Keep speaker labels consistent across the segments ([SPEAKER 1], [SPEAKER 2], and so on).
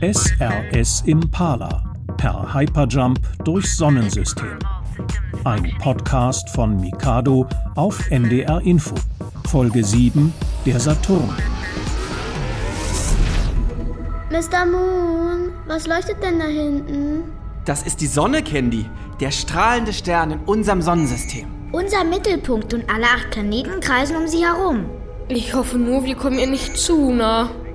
[SPEAKER 1] SRS Impala per Hyperjump durch Sonnensystem. Ein Podcast von Mikado auf NDR Info. Folge 7 Der Saturn.
[SPEAKER 2] Mr. Moon, was leuchtet denn da hinten?
[SPEAKER 3] Das ist die Sonne, Candy. Der strahlende Stern in unserem Sonnensystem.
[SPEAKER 2] Unser Mittelpunkt und alle acht Planeten kreisen um sie herum.
[SPEAKER 4] Ich hoffe nur, wir kommen ihr nicht zu nah.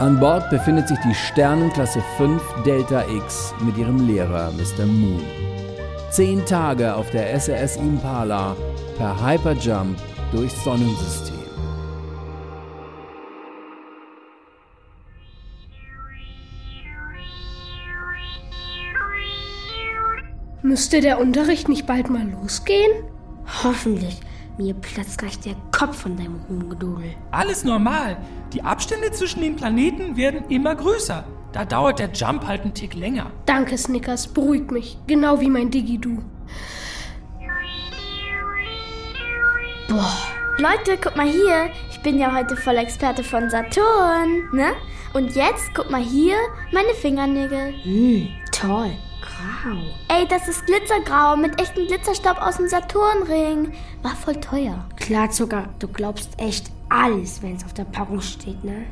[SPEAKER 5] An Bord befindet sich die Sternenklasse 5 Delta X mit ihrem Lehrer Mr. Moon. Zehn Tage auf der SRS Impala per Hyperjump durchs Sonnensystem.
[SPEAKER 4] Müsste der Unterricht nicht bald mal losgehen?
[SPEAKER 2] Hoffentlich. Mir platzt gleich der Kopf von deinem Rumgedudel.
[SPEAKER 6] Alles normal. Die Abstände zwischen den Planeten werden immer größer. Da dauert der Jump halt einen Tick länger.
[SPEAKER 4] Danke, Snickers. Beruhigt mich. Genau wie mein Digi-Du.
[SPEAKER 2] Boah.
[SPEAKER 7] Leute, guck mal hier. Ich bin ja heute voll Experte von Saturn, ne? Und jetzt, guck mal hier, meine Fingernägel.
[SPEAKER 2] Mm, toll. Grau.
[SPEAKER 7] Ey, das ist Glitzergrau mit echtem Glitzerstaub aus dem Saturnring. War voll teuer.
[SPEAKER 2] Klar, Zucker, du glaubst echt alles, wenn es auf der Packung steht, ne?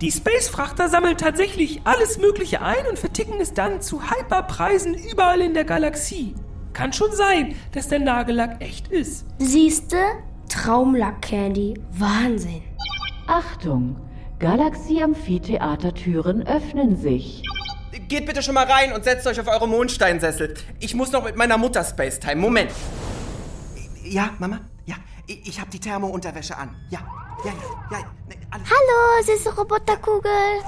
[SPEAKER 6] Die Space-Frachter sammeln tatsächlich alles Mögliche ein und verticken es dann zu Hyperpreisen überall in der Galaxie. Kann schon sein, dass der Nagellack echt ist.
[SPEAKER 7] Siehste?
[SPEAKER 2] Traumlack-Candy. Wahnsinn.
[SPEAKER 8] Achtung! Galaxie-Amphitheatertüren öffnen sich.
[SPEAKER 3] Geht bitte schon mal rein und setzt euch auf eure Mondsteinsessel. Ich muss noch mit meiner Mutter Spacetime. Moment. Ja, Mama? Ja, ich, ich habe die Thermounterwäsche an. Ja, ja, ja, ja. Nee, alles-
[SPEAKER 7] Hallo, süße Roboterkugel.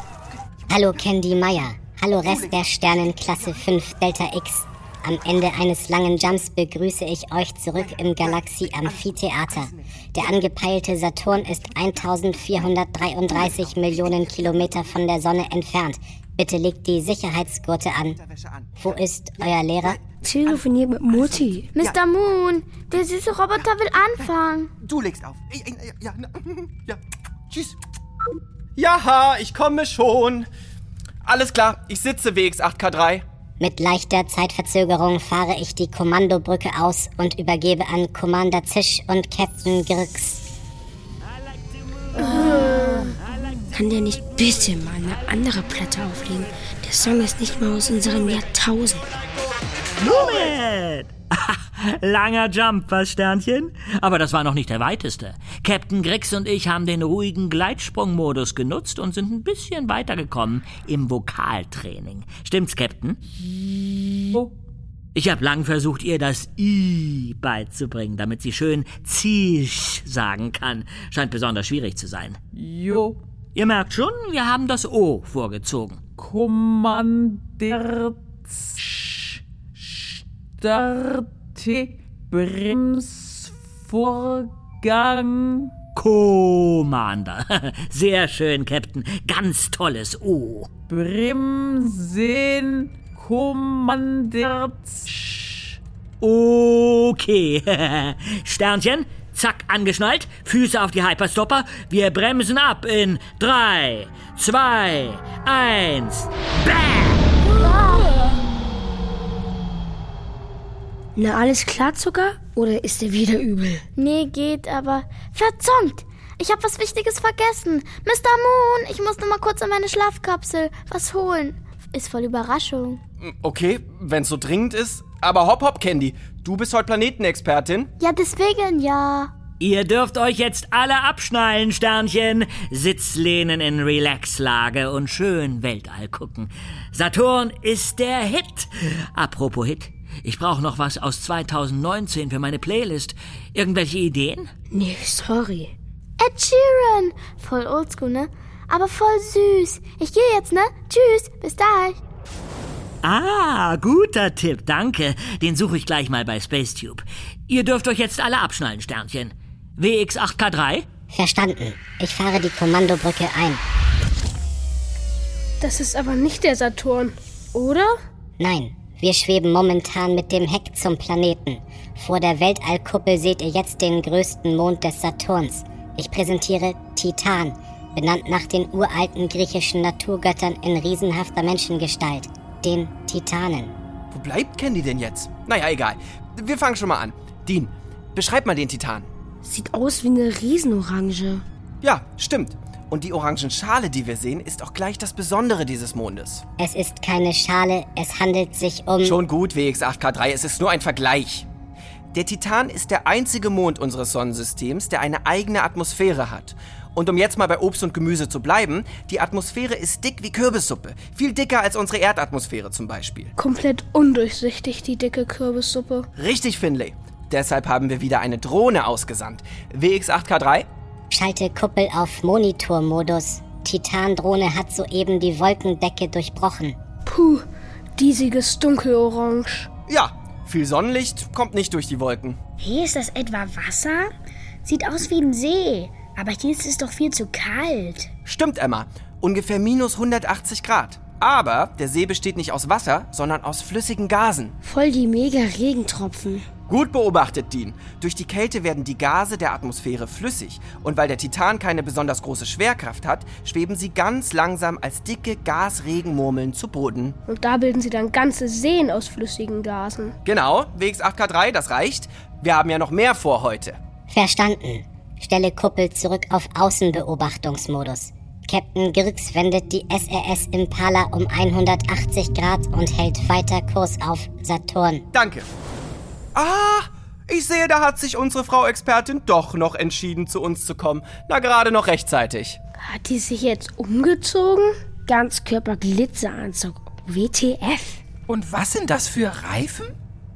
[SPEAKER 9] Hallo Candy Meyer. Hallo Rest der Sternenklasse 5 Delta X. Am Ende eines langen Jumps begrüße ich euch zurück im Galaxie Amphitheater. Der angepeilte Saturn ist 1433 Millionen Kilometer von der Sonne entfernt. Bitte legt die Sicherheitsgurte an. Wo ist euer Lehrer?
[SPEAKER 2] Telefonier mit Mutti.
[SPEAKER 7] Mr. Moon, der süße Roboter will anfangen.
[SPEAKER 3] Du legst auf. Ja, ja, ja, ja. Tschüss. Jaha, ich komme schon. Alles klar, ich sitze wegs 8K3.
[SPEAKER 9] Mit leichter Zeitverzögerung fahre ich die Kommandobrücke aus und übergebe an Commander Zisch und Captain Grix.
[SPEAKER 2] Kann der nicht bitte mal eine andere Platte auflegen? Der Song ist nicht mal aus unserem Jahrtausend.
[SPEAKER 10] Moment!
[SPEAKER 5] Langer Jump, was Sternchen?
[SPEAKER 10] Aber das war noch nicht der weiteste. Captain Grix und ich haben den ruhigen Gleitsprungmodus genutzt und sind ein bisschen weitergekommen im Vokaltraining. Stimmt's, Captain? Oh. Ich habe lang versucht, ihr das I beizubringen, damit sie schön Zisch sagen kann. Scheint besonders schwierig zu sein.
[SPEAKER 11] Jo,
[SPEAKER 10] Ihr merkt schon, wir haben das O vorgezogen.
[SPEAKER 11] Kommander Sch- Starte Bremsvorgang.
[SPEAKER 10] Commander. Sehr schön, Captain. Ganz tolles O.
[SPEAKER 11] Bremsen Kommander Sch-
[SPEAKER 10] Okay. Sternchen, zack, angeschnallt, Füße auf die Hyperstopper. Wir bremsen ab in 3, 2, 1.
[SPEAKER 2] Na, alles klar, Zucker? Oder ist er wieder übel?
[SPEAKER 7] Nee, geht aber. Verzommt! Ich habe was Wichtiges vergessen. Mr. Moon, ich muss nur mal kurz in meine Schlafkapsel was holen. Ist voll Überraschung.
[SPEAKER 3] Okay, wenn's so dringend ist. Aber hopp, hopp, Candy. Du bist heute Planetenexpertin.
[SPEAKER 7] Ja, deswegen ja.
[SPEAKER 10] Ihr dürft euch jetzt alle abschnallen, Sternchen. Sitzlehnen in Relaxlage und schön Weltall gucken. Saturn ist der Hit. Apropos Hit, ich brauche noch was aus 2019 für meine Playlist. Irgendwelche Ideen?
[SPEAKER 2] Nee, sorry.
[SPEAKER 7] Ed Sheeran! Voll oldschool, ne? Aber voll süß. Ich gehe jetzt, ne? Tschüss, bis gleich.
[SPEAKER 10] Ah, guter Tipp, danke. Den suche ich gleich mal bei Spacetube. Ihr dürft euch jetzt alle abschnallen, Sternchen. WX8K3?
[SPEAKER 9] Verstanden. Ich fahre die Kommandobrücke ein.
[SPEAKER 4] Das ist aber nicht der Saturn, oder?
[SPEAKER 9] Nein, wir schweben momentan mit dem Heck zum Planeten. Vor der Weltallkuppel seht ihr jetzt den größten Mond des Saturns. Ich präsentiere Titan, benannt nach den uralten griechischen Naturgöttern in riesenhafter Menschengestalt, den Titanen.
[SPEAKER 3] Wo bleibt Candy denn jetzt? Naja, egal. Wir fangen schon mal an. Dean, beschreib mal den Titan.
[SPEAKER 2] Sieht aus wie eine Riesenorange.
[SPEAKER 3] Ja, stimmt. Und die Orangenschale, die wir sehen, ist auch gleich das Besondere dieses Mondes.
[SPEAKER 9] Es ist keine Schale, es handelt sich um.
[SPEAKER 3] Schon gut, WX8K3, es ist nur ein Vergleich. Der Titan ist der einzige Mond unseres Sonnensystems, der eine eigene Atmosphäre hat. Und um jetzt mal bei Obst und Gemüse zu bleiben, die Atmosphäre ist dick wie Kürbissuppe. Viel dicker als unsere Erdatmosphäre zum Beispiel.
[SPEAKER 4] Komplett undurchsichtig, die dicke Kürbissuppe.
[SPEAKER 3] Richtig, Finlay. Deshalb haben wir wieder eine Drohne ausgesandt. WX8K3?
[SPEAKER 9] Schalte Kuppel auf Monitormodus. Titan-Drohne hat soeben die Wolkendecke durchbrochen.
[SPEAKER 4] Puh, diesiges Dunkelorange.
[SPEAKER 3] Ja, viel Sonnenlicht kommt nicht durch die Wolken.
[SPEAKER 12] Hey, ist das etwa Wasser? Sieht aus wie ein See. Aber hier ist es doch viel zu kalt.
[SPEAKER 3] Stimmt, Emma. Ungefähr minus 180 Grad. Aber der See besteht nicht aus Wasser, sondern aus flüssigen Gasen.
[SPEAKER 2] Voll die mega Regentropfen.
[SPEAKER 3] Gut beobachtet, Dean. Durch die Kälte werden die Gase der Atmosphäre flüssig. Und weil der Titan keine besonders große Schwerkraft hat, schweben sie ganz langsam als dicke Gasregenmurmeln zu Boden.
[SPEAKER 4] Und da bilden sie dann ganze Seen aus flüssigen Gasen.
[SPEAKER 3] Genau, WX8K3, das reicht. Wir haben ja noch mehr vor heute.
[SPEAKER 9] Verstanden. Stelle Kuppel zurück auf Außenbeobachtungsmodus. Captain Girks wendet die SRS Impala um 180 Grad und hält weiter Kurs auf Saturn.
[SPEAKER 3] Danke. Ah, ich sehe, da hat sich unsere Frau Expertin doch noch entschieden, zu uns zu kommen. Na, gerade noch rechtzeitig.
[SPEAKER 4] Hat die sich jetzt umgezogen?
[SPEAKER 2] Ganzkörperglitzeranzug. WTF.
[SPEAKER 6] Und was sind das für Reifen?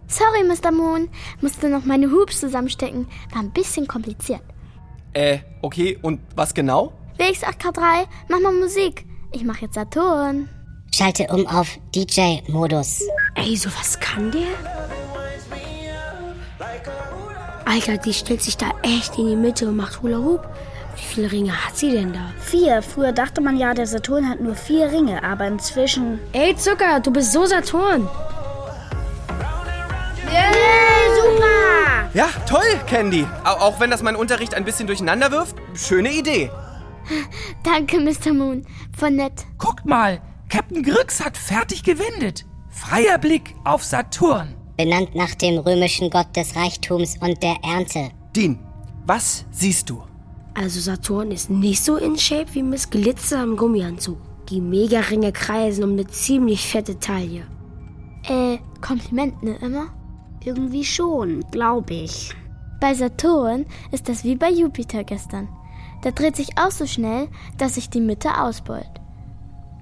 [SPEAKER 7] Sorry, Mr. Moon. Musste noch meine Hoops zusammenstecken. War ein bisschen kompliziert.
[SPEAKER 3] Äh, okay, und was genau?
[SPEAKER 7] WX8K3, mach mal Musik. Ich mach jetzt Saturn.
[SPEAKER 9] Schalte um auf DJ-Modus.
[SPEAKER 2] Ey, so was kann der? Alter, die stellt sich da echt in die Mitte und macht Hula Hoop. Wie viele Ringe hat sie denn da?
[SPEAKER 12] Vier. Früher dachte man ja, der Saturn hat nur vier Ringe, aber inzwischen.
[SPEAKER 2] Ey, Zucker, du bist so Saturn.
[SPEAKER 12] Yeah, super!
[SPEAKER 3] Ja, toll, Candy. Au- Auch wenn das meinen Unterricht ein bisschen durcheinander wirft, schöne Idee.
[SPEAKER 7] Danke, Mr. Moon. Voll nett.
[SPEAKER 6] Guckt mal, Captain Grix hat fertig gewendet. Freier Blick auf Saturn.
[SPEAKER 9] Benannt nach dem römischen Gott des Reichtums und der Ernte.
[SPEAKER 3] Dean, was siehst du?
[SPEAKER 2] Also Saturn ist nicht so in Shape wie Miss Glitzer im Gummianzug. Die Mega-Ringe kreisen um eine ziemlich fette Taille.
[SPEAKER 7] Äh, Kompliment, ne, immer?
[SPEAKER 12] Irgendwie schon, glaube ich.
[SPEAKER 7] Bei Saturn ist das wie bei Jupiter gestern. Der dreht sich auch so schnell, dass sich die Mitte ausbeult.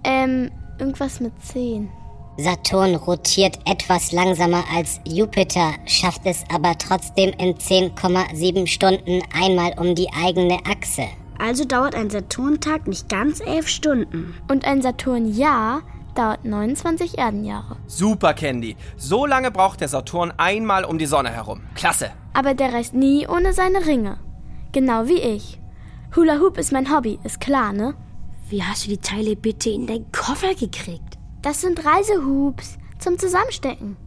[SPEAKER 7] Ähm, irgendwas mit 10.
[SPEAKER 9] Saturn rotiert etwas langsamer als Jupiter, schafft es aber trotzdem in 10,7 Stunden einmal um die eigene Achse.
[SPEAKER 12] Also dauert ein Saturntag nicht ganz elf Stunden.
[SPEAKER 7] Und ein Saturnjahr dauert 29 Erdenjahre.
[SPEAKER 3] Super, Candy. So lange braucht der Saturn einmal um die Sonne herum. Klasse.
[SPEAKER 7] Aber der reist nie ohne seine Ringe. Genau wie ich. Hula Hoop ist mein Hobby, ist klar, ne?
[SPEAKER 2] Wie hast du die Teile bitte in deinen Koffer gekriegt?
[SPEAKER 7] Das sind Reisehoops zum Zusammenstecken.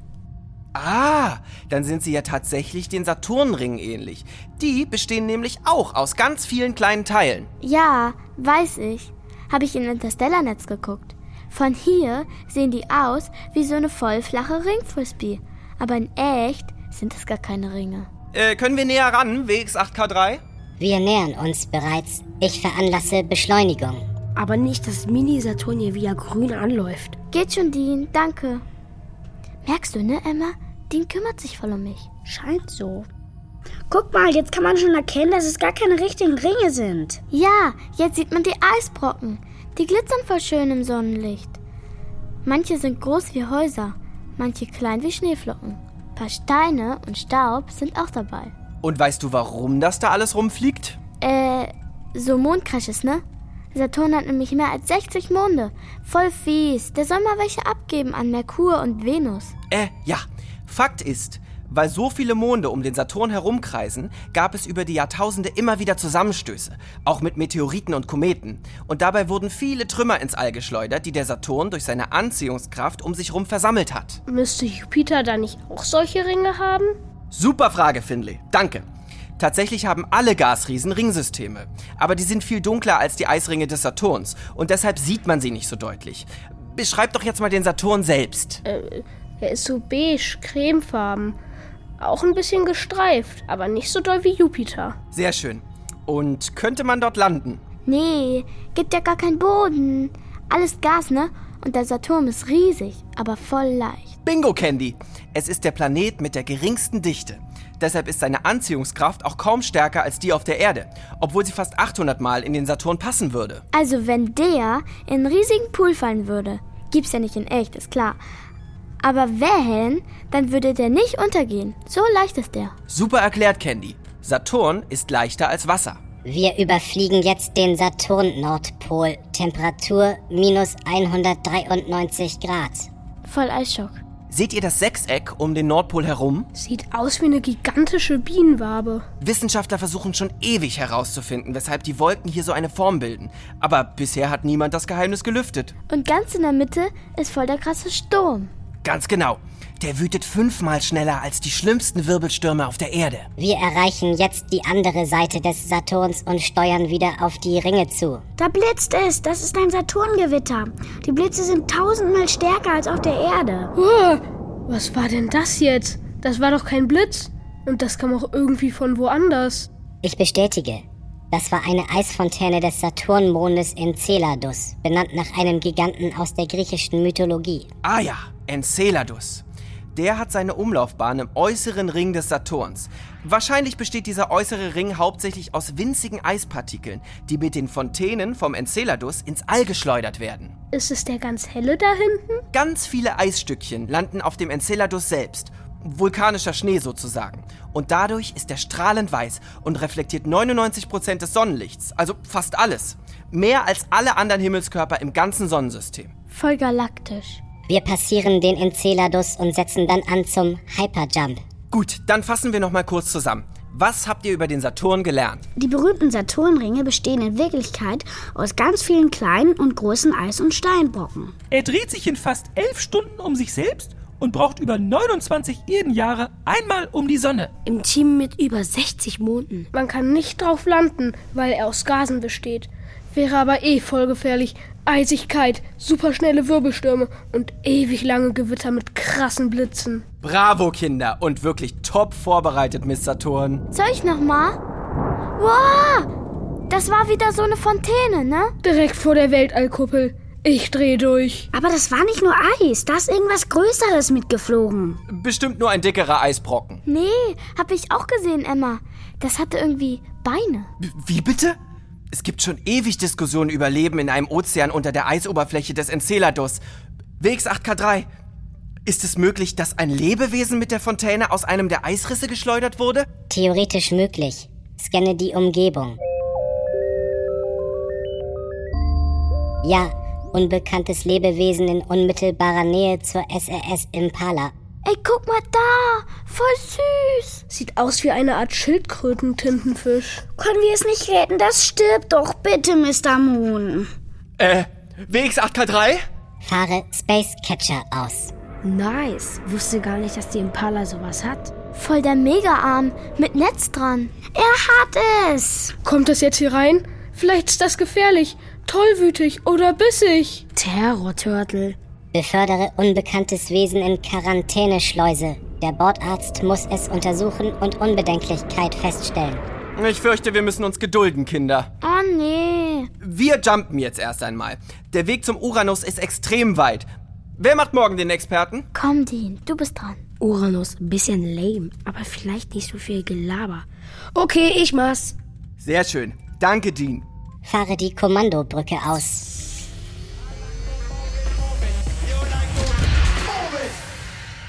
[SPEAKER 3] Ah, dann sind sie ja tatsächlich den Saturnringen ähnlich. Die bestehen nämlich auch aus ganz vielen kleinen Teilen.
[SPEAKER 7] Ja, weiß ich. Habe ich im Interstellarnetz geguckt. Von hier sehen die aus wie so eine vollflache Ringfrisbee. Aber in echt sind das gar keine Ringe.
[SPEAKER 3] Äh, können wir näher ran, WX8K3?
[SPEAKER 9] Wir nähern uns bereits. Ich veranlasse Beschleunigung.
[SPEAKER 2] Aber nicht, dass Mini-Saturn hier wieder grün anläuft.
[SPEAKER 7] Geht schon, Dean, danke. Merkst du, ne, Emma? Dean kümmert sich voll um mich.
[SPEAKER 12] Scheint so. Guck mal, jetzt kann man schon erkennen, dass es gar keine richtigen Ringe sind.
[SPEAKER 7] Ja, jetzt sieht man die Eisbrocken. Die glitzern voll schön im Sonnenlicht. Manche sind groß wie Häuser, manche klein wie Schneeflocken. Ein paar Steine und Staub sind auch dabei.
[SPEAKER 3] Und weißt du, warum das da alles rumfliegt?
[SPEAKER 7] Äh, so Mondcrashes, ne? Saturn hat nämlich mehr als 60 Monde. Voll fies. Der soll mal welche abgeben an Merkur und Venus.
[SPEAKER 3] Äh, ja. Fakt ist, weil so viele Monde um den Saturn herumkreisen, gab es über die Jahrtausende immer wieder Zusammenstöße, auch mit Meteoriten und Kometen. Und dabei wurden viele Trümmer ins All geschleudert, die der Saturn durch seine Anziehungskraft um sich herum versammelt hat.
[SPEAKER 4] Müsste Jupiter da nicht auch solche Ringe haben?
[SPEAKER 3] Super Frage, Finley. Danke. Tatsächlich haben alle Gasriesen Ringsysteme, aber die sind viel dunkler als die Eisringe des Saturns und deshalb sieht man sie nicht so deutlich. Beschreib doch jetzt mal den Saturn selbst.
[SPEAKER 4] Äh, er ist so beige, cremefarben. Auch ein bisschen gestreift, aber nicht so doll wie Jupiter.
[SPEAKER 3] Sehr schön. Und könnte man dort landen?
[SPEAKER 7] Nee, gibt ja gar keinen Boden. Alles Gas, ne? Und der Saturn ist riesig, aber voll leicht.
[SPEAKER 3] Bingo, Candy! Es ist der Planet mit der geringsten Dichte. Deshalb ist seine Anziehungskraft auch kaum stärker als die auf der Erde, obwohl sie fast 800 Mal in den Saturn passen würde.
[SPEAKER 7] Also wenn der in einen riesigen Pool fallen würde, gibt's ja nicht in echt, ist klar. Aber wenn, dann würde der nicht untergehen. So leicht ist der.
[SPEAKER 3] Super erklärt, Candy. Saturn ist leichter als Wasser.
[SPEAKER 9] Wir überfliegen jetzt den Saturn-Nordpol. Temperatur minus 193 Grad.
[SPEAKER 7] Voll Eisschock.
[SPEAKER 3] Seht ihr das Sechseck um den Nordpol herum?
[SPEAKER 4] Sieht aus wie eine gigantische Bienenwabe.
[SPEAKER 3] Wissenschaftler versuchen schon ewig herauszufinden, weshalb die Wolken hier so eine Form bilden. Aber bisher hat niemand das Geheimnis gelüftet.
[SPEAKER 7] Und ganz in der Mitte ist voll der krasse Sturm.
[SPEAKER 3] Ganz genau. Der wütet fünfmal schneller als die schlimmsten Wirbelstürme auf der Erde.
[SPEAKER 9] Wir erreichen jetzt die andere Seite des Saturns und steuern wieder auf die Ringe zu.
[SPEAKER 12] Da blitzt es. Das ist ein Saturngewitter. Die Blitze sind tausendmal stärker als auf der Erde.
[SPEAKER 4] Uh, was war denn das jetzt? Das war doch kein Blitz. Und das kam auch irgendwie von woanders.
[SPEAKER 9] Ich bestätige. Das war eine Eisfontäne des Saturnmondes Enceladus, benannt nach einem Giganten aus der griechischen Mythologie.
[SPEAKER 3] Ah ja, Enceladus. Der hat seine Umlaufbahn im äußeren Ring des Saturns. Wahrscheinlich besteht dieser äußere Ring hauptsächlich aus winzigen Eispartikeln, die mit den Fontänen vom Enceladus ins All geschleudert werden.
[SPEAKER 4] Ist es der ganz helle da hinten?
[SPEAKER 3] Ganz viele Eisstückchen landen auf dem Enceladus selbst. Vulkanischer Schnee sozusagen. Und dadurch ist er strahlend weiß und reflektiert 99% des Sonnenlichts, also fast alles. Mehr als alle anderen Himmelskörper im ganzen Sonnensystem.
[SPEAKER 7] Voll galaktisch.
[SPEAKER 9] Wir passieren den Enceladus und setzen dann an zum Hyperjump.
[SPEAKER 3] Gut, dann fassen wir nochmal kurz zusammen. Was habt ihr über den Saturn gelernt?
[SPEAKER 12] Die berühmten Saturnringe bestehen in Wirklichkeit aus ganz vielen kleinen und großen Eis- und Steinbrocken.
[SPEAKER 6] Er dreht sich in fast elf Stunden um sich selbst und braucht über 29 Erdenjahre einmal um die Sonne.
[SPEAKER 2] Im Team mit über 60 Monden.
[SPEAKER 4] Man kann nicht drauf landen, weil er aus Gasen besteht. Wäre aber eh voll gefährlich, Eisigkeit, superschnelle Wirbelstürme und ewig lange Gewitter mit krassen Blitzen.
[SPEAKER 3] Bravo, Kinder! Und wirklich top vorbereitet, Miss Saturn.
[SPEAKER 7] Soll ich nochmal? Wow! Das war wieder so eine Fontäne, ne?
[SPEAKER 4] Direkt vor der Weltallkuppel. Ich dreh durch.
[SPEAKER 12] Aber das war nicht nur Eis, da ist irgendwas Größeres mitgeflogen.
[SPEAKER 3] Bestimmt nur ein dickerer Eisbrocken.
[SPEAKER 7] Nee, hab ich auch gesehen, Emma. Das hatte irgendwie Beine.
[SPEAKER 3] B wie bitte? Es gibt schon ewig Diskussionen über Leben in einem Ozean unter der Eisoberfläche des Enceladus. WX8K3. Ist es möglich, dass ein Lebewesen mit der Fontäne aus einem der Eisrisse geschleudert wurde?
[SPEAKER 9] Theoretisch möglich. Scanne die Umgebung. Ja, unbekanntes Lebewesen in unmittelbarer Nähe zur SRS Impala.
[SPEAKER 7] Ey, guck mal da! Voll süß!
[SPEAKER 4] Sieht aus wie eine Art Schildkrötentintenfisch.
[SPEAKER 12] Können wir es nicht retten? Das stirbt doch bitte, Mr. Moon.
[SPEAKER 3] Äh, WX8K3?
[SPEAKER 9] Fahre Space Catcher aus.
[SPEAKER 2] Nice. Wusste gar nicht, dass die Impala sowas hat.
[SPEAKER 7] Voll der Megaarm mit Netz dran.
[SPEAKER 12] Er hat es!
[SPEAKER 4] Kommt das jetzt hier rein? Vielleicht ist das gefährlich, tollwütig oder bissig.
[SPEAKER 2] Terror Turtle.
[SPEAKER 9] Befördere unbekanntes Wesen in Quarantäneschleuse. Der Bordarzt muss es untersuchen und Unbedenklichkeit feststellen.
[SPEAKER 3] Ich fürchte, wir müssen uns gedulden, Kinder.
[SPEAKER 7] Oh nee.
[SPEAKER 3] Wir jumpen jetzt erst einmal. Der Weg zum Uranus ist extrem weit. Wer macht morgen den Experten?
[SPEAKER 7] Komm, Dean, du bist dran.
[SPEAKER 2] Uranus, bisschen lame, aber vielleicht nicht so viel Gelaber. Okay, ich mach's.
[SPEAKER 3] Sehr schön. Danke, Dean.
[SPEAKER 9] Fahre die Kommandobrücke aus.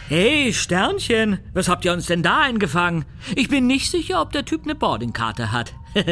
[SPEAKER 10] Hey, Sternchen, was habt ihr uns denn da eingefangen? Ich bin nicht sicher, ob der Typ eine Boardingkarte hat.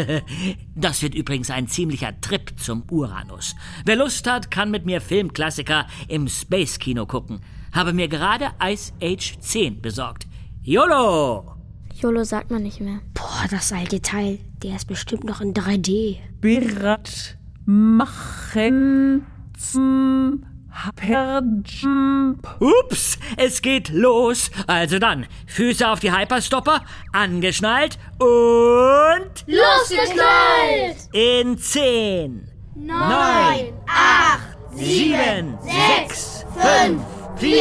[SPEAKER 10] das wird übrigens ein ziemlicher Trip zum Uranus. Wer Lust hat, kann mit mir Filmklassiker im Space Kino gucken. Habe mir gerade Ice Age 10 besorgt. YOLO!
[SPEAKER 7] YOLO sagt man nicht mehr.
[SPEAKER 2] Boah, das alte Teil. Der ist bestimmt noch in 3D.
[SPEAKER 11] Berat machen zum Hyperjump.
[SPEAKER 10] Ups, es geht los. Also dann, Füße auf die Hyperstopper, angeschnallt und
[SPEAKER 13] losgeknallt.
[SPEAKER 10] In 10,
[SPEAKER 13] 9, 8, 7, 6, 5, 4,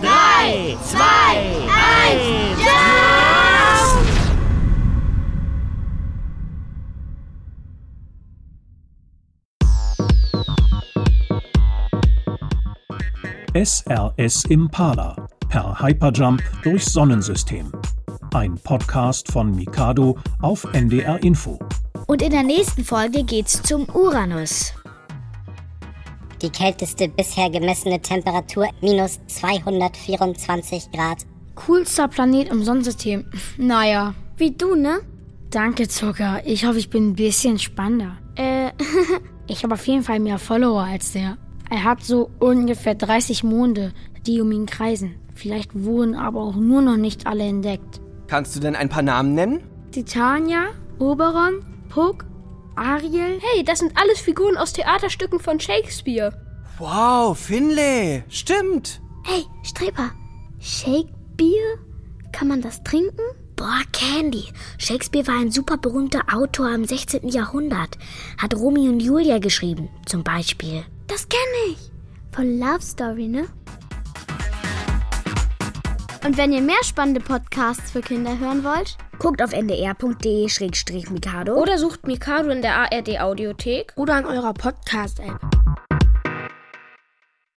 [SPEAKER 13] 3, 2, 1, Jump!
[SPEAKER 1] SRS Impala per Hyperjump durch Sonnensystem. Ein Podcast von Mikado auf NDR Info.
[SPEAKER 12] Und in der nächsten Folge geht's zum Uranus.
[SPEAKER 9] Die kälteste bisher gemessene Temperatur minus 224 Grad.
[SPEAKER 7] Coolster Planet im Sonnensystem. Naja. Wie du, ne?
[SPEAKER 2] Danke, Zucker. Ich hoffe, ich bin ein bisschen spannender.
[SPEAKER 7] Äh,
[SPEAKER 2] Ich habe auf jeden Fall mehr Follower als der. Er hat so ungefähr 30 Monde, die um ihn kreisen. Vielleicht wurden aber auch nur noch nicht alle entdeckt.
[SPEAKER 3] Kannst du denn ein paar Namen nennen?
[SPEAKER 2] Titania, Oberon, Puck, Ariel.
[SPEAKER 4] Hey, das sind alles Figuren aus Theaterstücken von Shakespeare.
[SPEAKER 3] Wow, Finlay. Stimmt.
[SPEAKER 7] Hey, Streber, Shakespeare? Kann man das trinken?
[SPEAKER 12] Boah, Candy. Shakespeare war ein super berühmter Autor im 16. Jahrhundert. Hat Romeo und Julia geschrieben, zum Beispiel.
[SPEAKER 7] Das kenne ich. Von Love Story, ne? Und wenn ihr mehr spannende Podcasts für Kinder hören wollt,
[SPEAKER 12] Guckt auf ndr.de-mikado
[SPEAKER 4] Oder sucht Mikado in der ARD-Audiothek.
[SPEAKER 2] Oder an eurer Podcast-App.